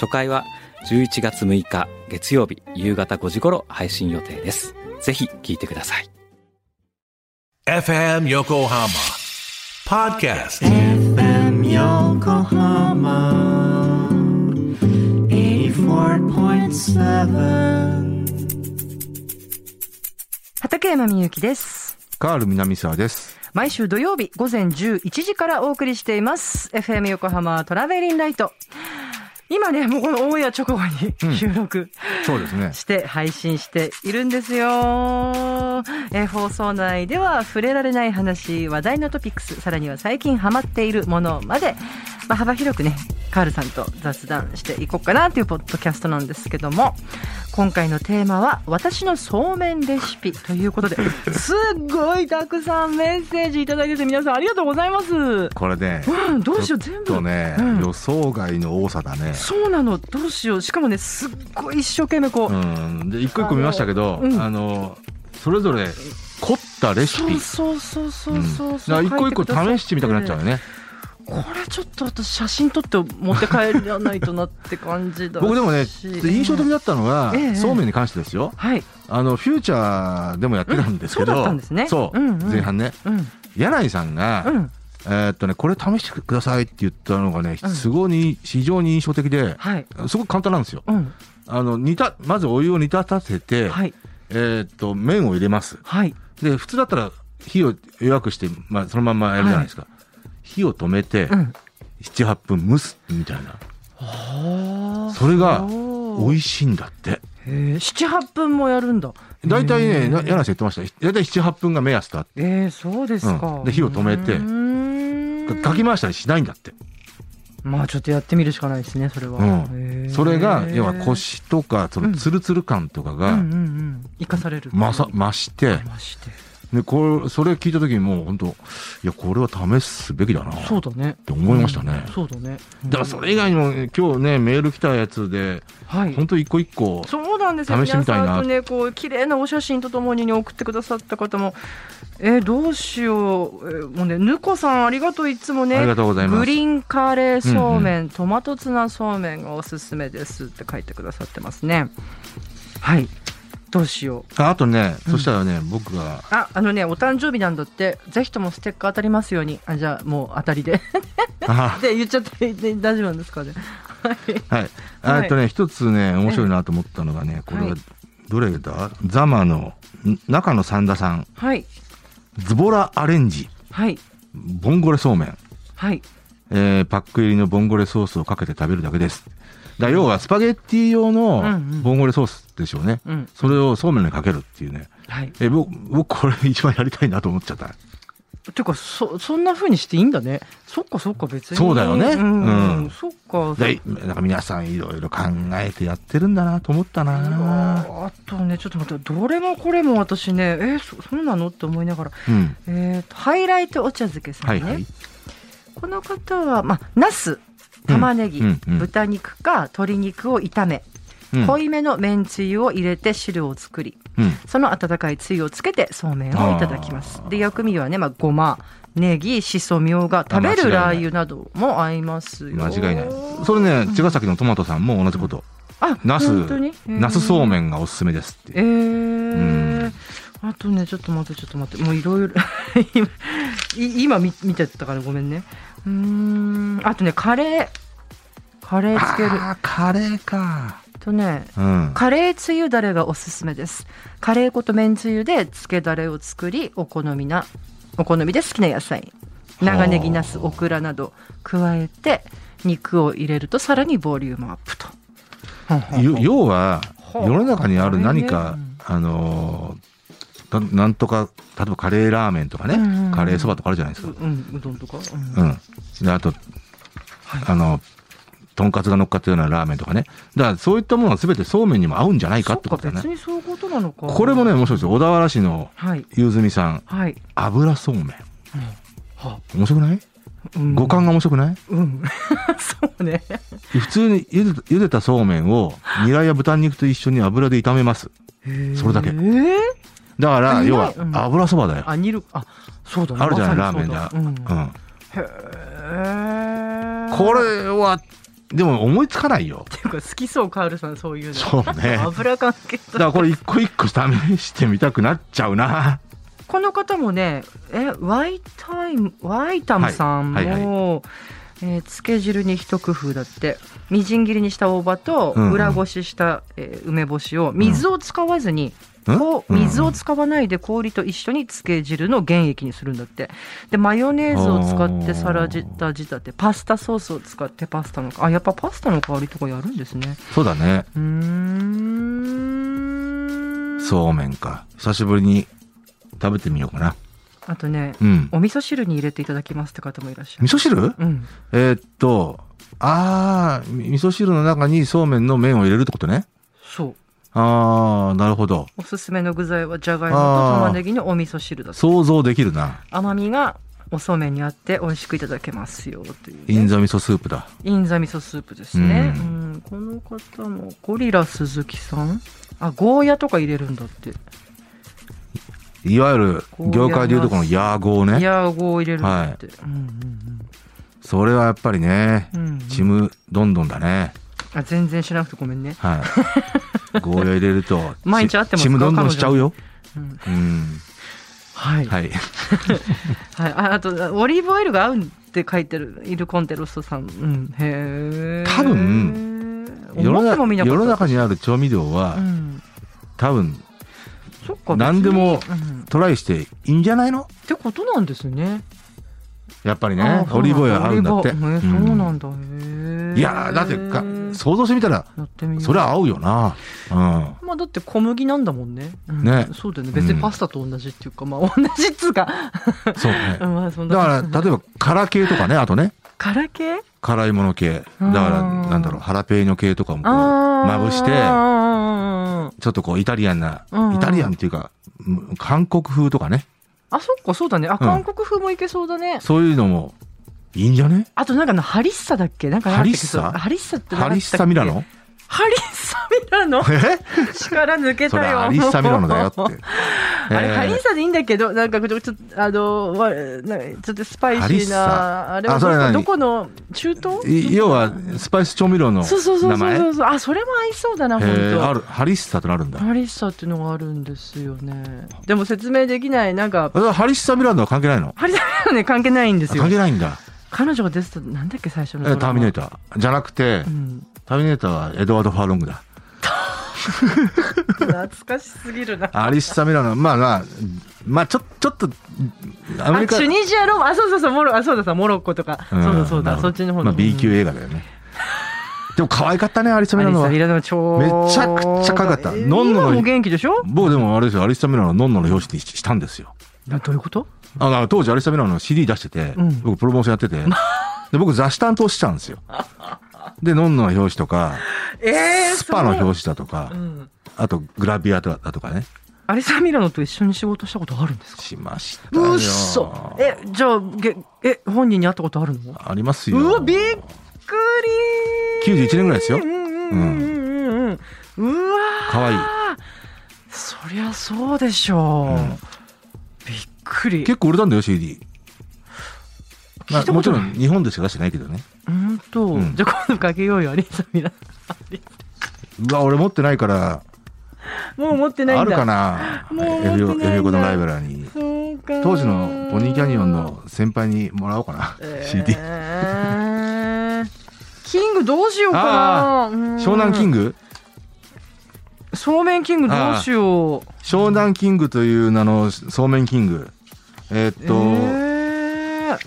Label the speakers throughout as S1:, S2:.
S1: 初回は11月6日月曜日夕方5時頃配信予定ですぜひ聞いてください
S2: FM Yokohama Podcast.
S3: FM Yokohama 84.7
S4: 畠山みゆきです
S5: カール南沢です。
S4: 毎週土曜日午前11時からお送りしています FM 横浜トラベリンライト今ねもうこのオンエア直後に収録
S5: そうですね。
S4: して配信しているんですよ、えー放送内では触れられない話話題のトピックスさらには最近ハマっているものまで、まあ、幅広くねカールさんと雑談していこうかなというポッドキャストなんですけども今回のテーマは「私のそうめんレシピ」とい うことですっごいたくさんメッセージいただけて皆さんありがとうございます、う
S5: これね、
S4: ん、どうしよう
S5: ちょ
S4: 全
S5: っ
S4: 部
S5: とね、
S4: うん
S5: 予想外の多さだね。
S4: そうなのどうしようしかもねすっごい一生懸命こう、
S5: うん。で一個一個見ましたけど、
S4: あのうん
S5: あのそれぞれ凝ったレシピ。
S4: そうそうそう
S5: う
S4: そ
S5: ん
S4: う
S5: だ
S4: そ
S5: から
S4: う
S5: 一個一個試してみたくなっちゃうよね。
S4: これちょっと私写真撮って持って帰らないとなって感じだし
S5: 僕でもね、ちょっと印象的だったのが、
S4: ええ
S5: そうめんに関してですよ。
S4: はい、
S5: あのフューチャーでもやってたんですけど、
S4: うんそうだったんですね
S5: そう
S4: うんうん
S5: 前半ね、
S4: うん
S5: 柳井さんが、
S4: うん、
S5: えーっとねこれ試してくださいって言ったのがね、
S4: うん
S5: すごいに非常に印象的で、
S4: はい、
S5: すごく簡単なんですよ。
S4: うん、
S5: あの煮たまずお湯を煮立たせて、
S4: はい、
S5: えーっと麺を入れます
S4: はい、
S5: で普通だったら火を弱くして、まあ、そのまんまやるじゃないですか、火を止めて、
S4: うん、
S5: 78分蒸すみたいな
S4: あ
S5: それが
S4: お
S5: 美味
S4: し
S5: しいんだって
S4: い七八分もやるんだ
S5: 大体
S4: へ
S5: ね
S4: ー
S5: な柳瀬言ってました大体78分が目安だって
S4: えー、そうですか、
S5: うんで火を止めて
S4: うーん
S5: かき回したりしないんだって、
S4: まあちょっとやってみるしかないですねそれは、
S5: うん
S4: へー
S5: それが要はコシとかそのツルツル感とか
S4: うんう
S5: が
S4: んうん生かされる
S5: まさ増して
S4: まして
S5: でこれそれ聞いた時にもう本当いやこれは試すべきだな
S4: そう
S5: っ
S4: だね
S5: て思いましたね、
S4: そうだね
S5: だからそれ以外にも今日ねメール来たやつで
S4: はい
S5: 本当一個一個
S4: そうなんですよ。
S5: 試してみたいな
S4: 皆さんとね、こう綺麗なお写真とともにね送ってくださった方も、えーどうしよう、えーもうね、ぬこさんありがとういつも
S5: あり
S4: ね。
S5: がとうございま
S4: グ
S5: す
S4: リーンカレーそうめん、トマトツナそうめんがおすすめですって書いてくださってますね。はい、どうしよう。
S5: ああとね
S4: うん
S5: そしたらね僕が
S4: あ、あのね、お誕生日なんだって、ぜひともステッカー当たりますように。あ、じゃあもう当たりで。
S5: あ
S4: で言っちゃって、で大丈夫なんですかね。
S5: はい
S4: はい
S5: えっとね一つね面白いなと思ったのがねこれ
S4: は
S5: はいどれだザマのん中野三田さん
S4: はい、
S5: ズボラアレンジ
S4: はい、
S5: ボンゴレそうめん
S4: はい。
S5: えーパック入りのボンゴレソースをかけて食べるだけですだ要はスパゲッティ用の
S4: うんうん
S5: ボンゴレソースでしょうね
S4: うん、
S5: それをそうめんにかけるっていうね
S4: はい。
S5: え僕僕これ一番やりたいなと思っちゃった
S4: ていうかそそんな風にしていいんだねそっかそっか別に
S5: そうだよね
S4: うん、
S5: うん
S4: そっか
S5: でなんか皆さんいろいろ考えてやってるんだなと思ったな、
S4: あとねちょっと待ってどれもこれも私ねえー、そそうなのって思いながら、
S5: うん、
S4: えーとハイライトお茶漬けさん
S5: は
S4: ね、
S5: いはい
S4: この方はまあナス玉ねぎ、
S5: うんうん
S4: 豚肉か鶏肉を炒め、
S5: うん
S4: 濃いめのめんつゆを入れて汁を作り
S5: うん
S4: その温かいつゆをつけてそうめんをいただきます
S5: あー
S4: で薬味はねまあごまネギしそみょうが食べ
S5: あ間違
S4: る
S5: いない
S4: ラー油なども合いますよ
S5: 間違いないそれね茅ヶ崎のトマトさんも同じこと
S4: あ、
S5: ナス
S4: 本当に
S5: ナスそう
S4: ん。
S5: めんがおすすめですって
S4: えー
S5: うん
S4: あとね、ちょっと待って、ちょっと待って、もういろいろ い今見見てたからごめんね。うーん、あとね、カレー、カレーつける
S5: あーカレーか
S4: とね、
S5: うん
S4: カレーつゆだれがおすすめです。カレー粉とめんつゆでつけだれを作り、お好みな、お好みで好きな野菜、長ネギ、
S5: はあ
S4: ナス、オクラなど加えて、肉を入れるとさらにボリュームアップと。
S5: よ要は
S4: ほう
S5: 世の中にある何か
S4: う
S5: あのーななんとか例えばカレーラーメンとかね、
S4: うんうん
S5: カレーそばとかあるじゃないです
S4: う
S5: か
S4: うん、うどんとか、うん
S5: うんであと、
S4: はい
S5: あのとんかつが乗っかったようなラーメンとかね。だからそういったものは全てそうめんにも合うんじゃないかってことだ
S4: そっか
S5: よ
S4: 別
S5: ね。
S4: にそういうことなのか。
S5: これもね、面白いですよ。小田原市の
S4: はい
S5: ゆずみさん、
S4: はい。
S5: 油そうめん。
S4: は
S5: 面白くない
S4: うん
S5: 五感が面白くない
S4: うん。 そうね。
S5: 普通に茹で茹でたそうめんをニラや豚肉と一緒に油で炒めます。それだけ
S4: えー
S5: だから、
S4: あ
S5: 要は
S4: ニラうん
S5: 油そばだよ。
S4: あ、煮る。あ、そうだね。
S5: あるじゃない、ラ
S4: ま
S5: ー
S4: さ
S5: メン
S4: に
S5: で。
S4: そうだ
S5: うん。
S4: うん。へえ。
S5: こ。れは、でも思いつかないよ。
S4: ていうか好きそうカールさんそういうの。
S5: そうね
S4: 油関係
S5: だからこれ一個一個試してみたくなっちゃうな。
S4: この方もね、え、ワイタイム、ワイタムさんも、
S5: はいはい
S4: えー漬け汁に一工夫だってみじん切りにした大葉と
S5: うんうん
S4: 裏ごしした、えー梅干しを水を使わずに、
S5: うん
S4: こう
S5: うんうん
S4: 水を使わないで氷と一緒に漬け汁の原液にするんだってでマヨネーズを使ってサラジタ仕立てパスタソースを使ってパスタのあやっぱパスタの代わりとかやるんですね
S5: そうだね。
S4: うーん
S5: そうめんか。久しぶりに食べてみようかな。
S4: あとね
S5: うん。
S4: お味噌汁に入れていただきますって方もいらっしゃる
S5: 味噌汁
S4: うん
S5: えーっと、ああ、み味噌汁の中にそうめんの麺を入れるってことね。
S4: そう
S5: ああ、なるほど。
S4: おすすめの具材はじゃがいもと
S5: あー
S4: 玉ねぎのお味噌汁だと
S5: 想像できるな。
S4: 甘みがおそうめんにあって美味しくいただけますよという、
S5: イン
S4: ね、
S5: ザ味噌スープだ。
S4: インザ味噌スープですね、
S5: う
S4: うんこの方もゴリラ鈴木さんあゴーヤとか入れるんだって
S5: いわゆる業界でいうとこのヤーゴー
S4: い
S5: ね。
S4: やーゴー入れるんだって、うん
S5: それはやっぱりね、
S4: うんうんうんうん
S5: ちむどんどんだね。
S4: あ全然知らなくてごめんね
S5: はい。ゴーヤ入れると、
S4: 毎日会ってますか
S5: ちむどんどんしちゃうよ。
S4: うん
S5: うん。
S4: はい、はい
S5: はい。
S4: ああとオリーブオイルが合うって書いてるイルコンテロストさん、うん、へえ
S5: 多分世の
S4: 思ってもみな
S5: 中
S4: かっ
S5: 世
S4: た
S5: の中にある調味料は、
S4: うん
S5: 多分
S4: そっか
S5: 何でも
S4: 別にうんっ
S5: トライしていいんじゃないの
S4: てことなんですね。
S5: やっぱり
S4: あ
S5: ね
S4: ーそうなんだ
S5: オリーブオイルあるんだって、
S4: オリーブオイルへーそうなんだ。へ
S5: う
S4: ー
S5: んいやーだってか想像してみたら
S4: やってみよう
S5: それは合うよなうん
S4: まあだって小麦なんだもんね。うん
S5: ね
S4: そうだよね。別にパスタと同じっていうか、まあ同じっつうか。
S5: そうね
S4: うんまあそん
S5: だ
S4: な
S5: から例えば辛系とかねあとね
S4: 辛系
S5: 辛いもの系だから
S4: うん
S5: なんだろうハラペーニョ系とかもこう
S4: あー
S5: まぶして
S4: あー
S5: ちょっとこうイタリアンな
S4: うん
S5: イタリアンっていうかうん韓国風とかね
S4: あ、そっか、そうだね。あ、韓国風もいけそうだね。
S5: そういうのもいいんじゃね
S4: あとなんかのハリッサだっけなんかなんだっけそう
S5: ハリッサ
S4: ハリッサってなんだ
S5: ハ
S4: っ
S5: リッ
S4: け
S5: サミラノ
S4: ハリッサミラノ
S5: え
S4: 力抜け
S5: それ
S4: たよ。
S5: ハリッサミラノだよって
S4: あれ、
S5: えー
S4: ハリーサでいいんだけど、なんかちょっと、あの、わなんかちょっとスパイシ
S5: ハリッ
S4: ーな、
S5: サ
S4: あれは
S5: あそれは何
S4: どこの中東
S5: い要はスパイス調味料の名前
S4: そうそうそうそうそうそう、あ、それも合いそうだな、
S5: へ
S4: 本
S5: ーあ
S4: 当。
S5: るハリッサとなるんだ
S4: ハリッサっていうのがあるんですよね。でも説明できない、なんか
S5: あ、れはハリッサミラノは関係ないの
S4: ハリッサはね、関係ないんで
S5: あ
S4: すよ
S5: 関係。ないんだ
S4: 彼女が出てた、なんだっけ、最初の
S5: え
S4: ドラ
S5: タ
S4: マ。
S5: ーミネーターじゃなくて
S4: うん、
S5: ターミネーターはエドワード・ファーロングだ
S4: 懐かしすぎるな。
S5: ハリッサミラノまあまあまあちょちょっとアメ
S4: あ
S5: リカ
S4: チュニジアローマあそうそうそうモロあそうだそうモロッコとか、
S5: ん
S4: そうだそう
S5: なる
S4: だ
S5: ほ
S4: そ
S5: ど
S4: っちの方の、
S5: まあ B 級
S4: うん
S5: 映画だよねでも可愛かったねハリッサミ
S4: ア
S5: ラ
S4: リ
S5: ノ
S4: サ
S5: は
S4: ミラノは超
S5: めちゃくちゃ可愛かった
S4: えー
S5: ノンノの
S4: 今も元気でしょ
S5: 僕でもあれですよハリッサミラノはノンノの表紙にししたんですよ
S4: などういうこと
S5: あだから当時アリサ・ミラノの CD 出してて、
S4: うん
S5: 僕プロモーションやってて、で僕雑誌担当しちゃうんですよ。で、ノンノの表紙とか、
S4: えー
S5: スパの
S4: その
S5: 表紙だとか、
S4: うん
S5: あとグラビアだとかね、
S4: アリサ・ミラノと一緒に仕事したことあるんですか
S5: しましたよ。
S4: うっそえじゃあげえ本人に会ったことあるの
S5: ありますよ。
S4: うわびっくり
S5: 91年ぐらいですよ
S4: うんうんうんうんうんうんうわー
S5: かわいい
S4: そりゃそうでしょう、
S5: うん
S4: びっくり
S5: 結構売れたんだよ、CD。ま
S4: 聞い
S5: あ、
S4: た
S5: も
S4: こ
S5: ち
S4: と
S5: ろ
S4: ない
S5: ん日本でしか出してないけどね。
S4: うんと、
S5: うん
S4: じゃあ今度かけようよアリサ・ミラ
S5: うわ、俺持ってないから、
S4: ノもう持ってないんだ
S5: あるかな
S4: もう持ってな
S5: エ
S4: いん
S5: ビ
S4: だ
S5: オエビオコのライブラリーに。
S4: そうか
S5: 当時のポニーキャニオンの先輩にもらおうかな、CD。
S4: えー キングどうしようかな
S5: 湘南キン
S4: グ
S5: グ
S4: そうめんキングどうしよう
S5: 湘南キングという名のそうめんキングえーっと、
S4: えー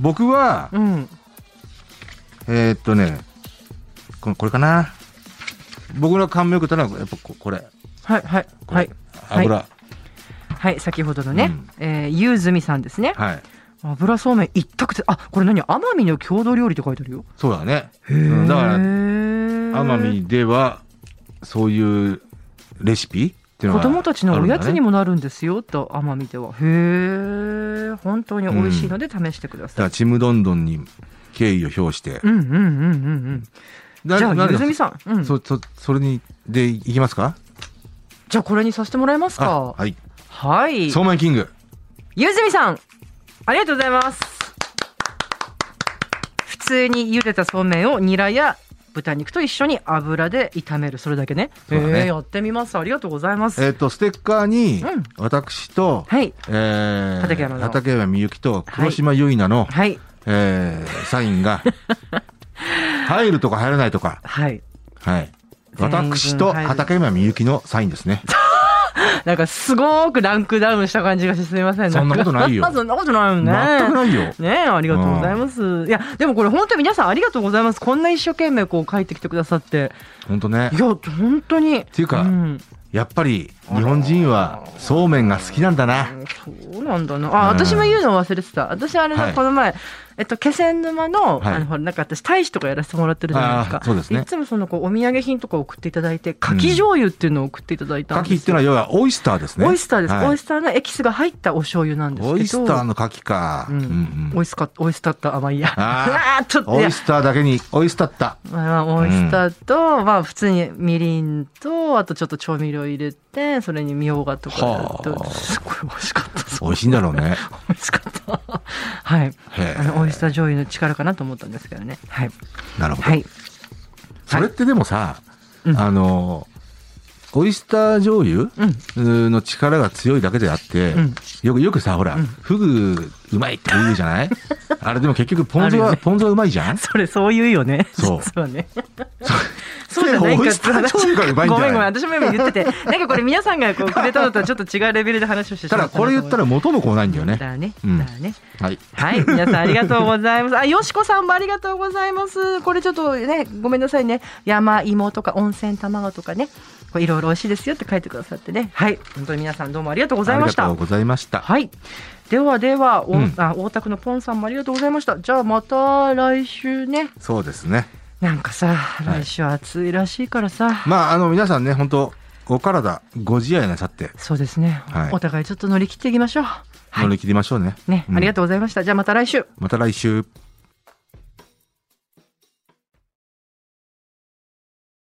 S5: 僕は
S4: うん
S5: えーっとねこのこれかな僕の感銘を受けたのはやっぱここれ
S4: はいはい
S5: これ
S4: はい
S5: 油
S4: はい先ほどのね
S5: うん
S4: えーゆうずみさんですね
S5: はい、
S4: 油そうめん一択であこれ何奄美の郷土料理って書いてあるよ
S5: そうだね。うんだから、奄
S4: 奄
S5: 美では、そういうレシピっていうの
S4: 子
S5: が
S4: 供たちのおやつに
S5: も。
S4: もなるんですよと奄美ではへえ本当に美味しいので試してくだ
S5: だか
S4: さい、
S5: ら、ちむどんどんに敬意を表して。
S4: うん、うんうんうんうん
S5: だ
S4: じゃ
S5: な
S4: あ
S5: んで
S4: ゆずみさん、うん、
S5: そ、そ、それに、で、いきますか
S4: じゃあこれにさせてもらえます
S5: あ
S4: か
S5: はい。
S4: はい
S5: そうめんキング。
S4: ゆずみさんありがとうございます普通に茹でたそうめんをニラや豚肉と一緒に油で炒めるそれだけね
S5: そうだね
S4: えーやってみますありがとうございます、
S5: えっと、ステッカーに
S4: うん、
S5: 私と、
S4: はい
S5: えー
S4: 畠山の
S5: 畠山みゆきと黒島結菜の、
S4: はい
S5: えーサイン が入るとか入らないとか、
S4: はい
S5: はい、
S4: 全部入る
S5: 私と畠山みゆきのサインですね。
S4: なんかすごくランクダウンした感じがしてすみません
S5: そんなことないよ
S4: そんなことない
S5: 全
S4: よね
S5: くないよ。
S4: ねえありがとうございます、いやでもこれ本当に皆さんありがとうございますこんな一生懸命こう書いてきてくださって
S5: 本当ね
S4: い。や本当にって
S5: いうか
S4: ん
S5: やっぱり日本人はそうめんが好きなんだな。
S4: そうなんだな。あ、
S5: うん
S4: 私も言うの忘れてた。私あれ
S5: は
S4: だ、
S5: い
S4: この前、えっと、気仙沼の、
S5: はい
S4: あの、ほら、なんか私、大使とかやらせてもらってるじゃないですか
S5: あ。ーそうですね
S4: いつもその、こう、お土産品とか送っていただいて、牡蠣醤油っていうのを送っていただいたん
S5: 牡蠣
S4: で
S5: って
S4: す
S5: の
S4: よ。
S5: は要はオイスターですね。
S4: オイスターです。
S5: はい
S4: オイスターのエキスが入ったお醤油なんですけど。
S5: オイスターの牡蠣か。
S4: うん
S5: うんう
S4: オ
S5: ん
S4: イスカオイスターった甘いや。
S5: あ
S4: あ ーちょっとい
S5: オ
S4: や
S5: イスターだけに、オイスターった。
S4: まあ、オイスターと、まあ、普通にみりんと、あとちょっと調味料入れて、それにみょうがとかやる
S5: は
S4: と、
S5: あ
S4: すごい美味しかったです。
S5: 美味しいんだろうね。
S4: 美味しかった。はい。
S5: へー
S4: あの、オイスター醤油の力かなと思ったんですけどね。はい。
S5: なるほど。
S4: はい。
S5: それってでもさ、
S4: うん
S5: あの、オイスター醤油の力が強いだけであって、
S4: ん
S5: よく、よくさ、ほら、フグうまいって言うじゃ ないあれでも結局ポン酢
S4: あるよ
S5: は、
S4: ね
S5: ポン酢はうまいじゃん
S4: それ、そう言うよね。
S5: そう
S4: そうね。そうじゃない
S5: でもオ
S4: か
S5: イスター醤油がうまいんじ
S4: ご
S5: ゃな
S4: め
S5: い
S4: んごめん。私も今言って て。なんかこれ皆さんがこうくれたのとはちょっと違うレベルで話をしてしたま
S5: だ
S4: った
S5: これ言 ったら元も子もないんだよ
S4: ね。
S5: ね。
S4: だね。
S5: うん
S4: だね。
S5: はい。
S4: はい。皆さんありがとうございます。あ、よしこさんもありがとうございます。これちょっとね、ごめんなさいね。山芋とか温泉卵とかね。こういろいろ美味しいですよって書いてくださってね。はい。本当に皆さんどうもありがとうござい
S5: あり
S4: ま
S5: が
S4: した
S5: とう。ございました。
S4: はい。ではでは、お
S5: うん
S4: あ大田区のポンさんもありがとうございました。じゃあまた来週ね。
S5: そうですね。
S4: なんかさ、
S5: い
S4: 来週暑いらしいからさ。
S5: まあ、あの、皆さんね、本当お体、ご自愛なさって、
S4: そうですね、
S5: はい
S4: お互いちょっと乗り切っていきましょう。は
S5: 乗
S4: い。
S5: り切りましょうね。
S4: ね、
S5: うん
S4: ありがとうございました。じゃあまた来週。
S5: また来週。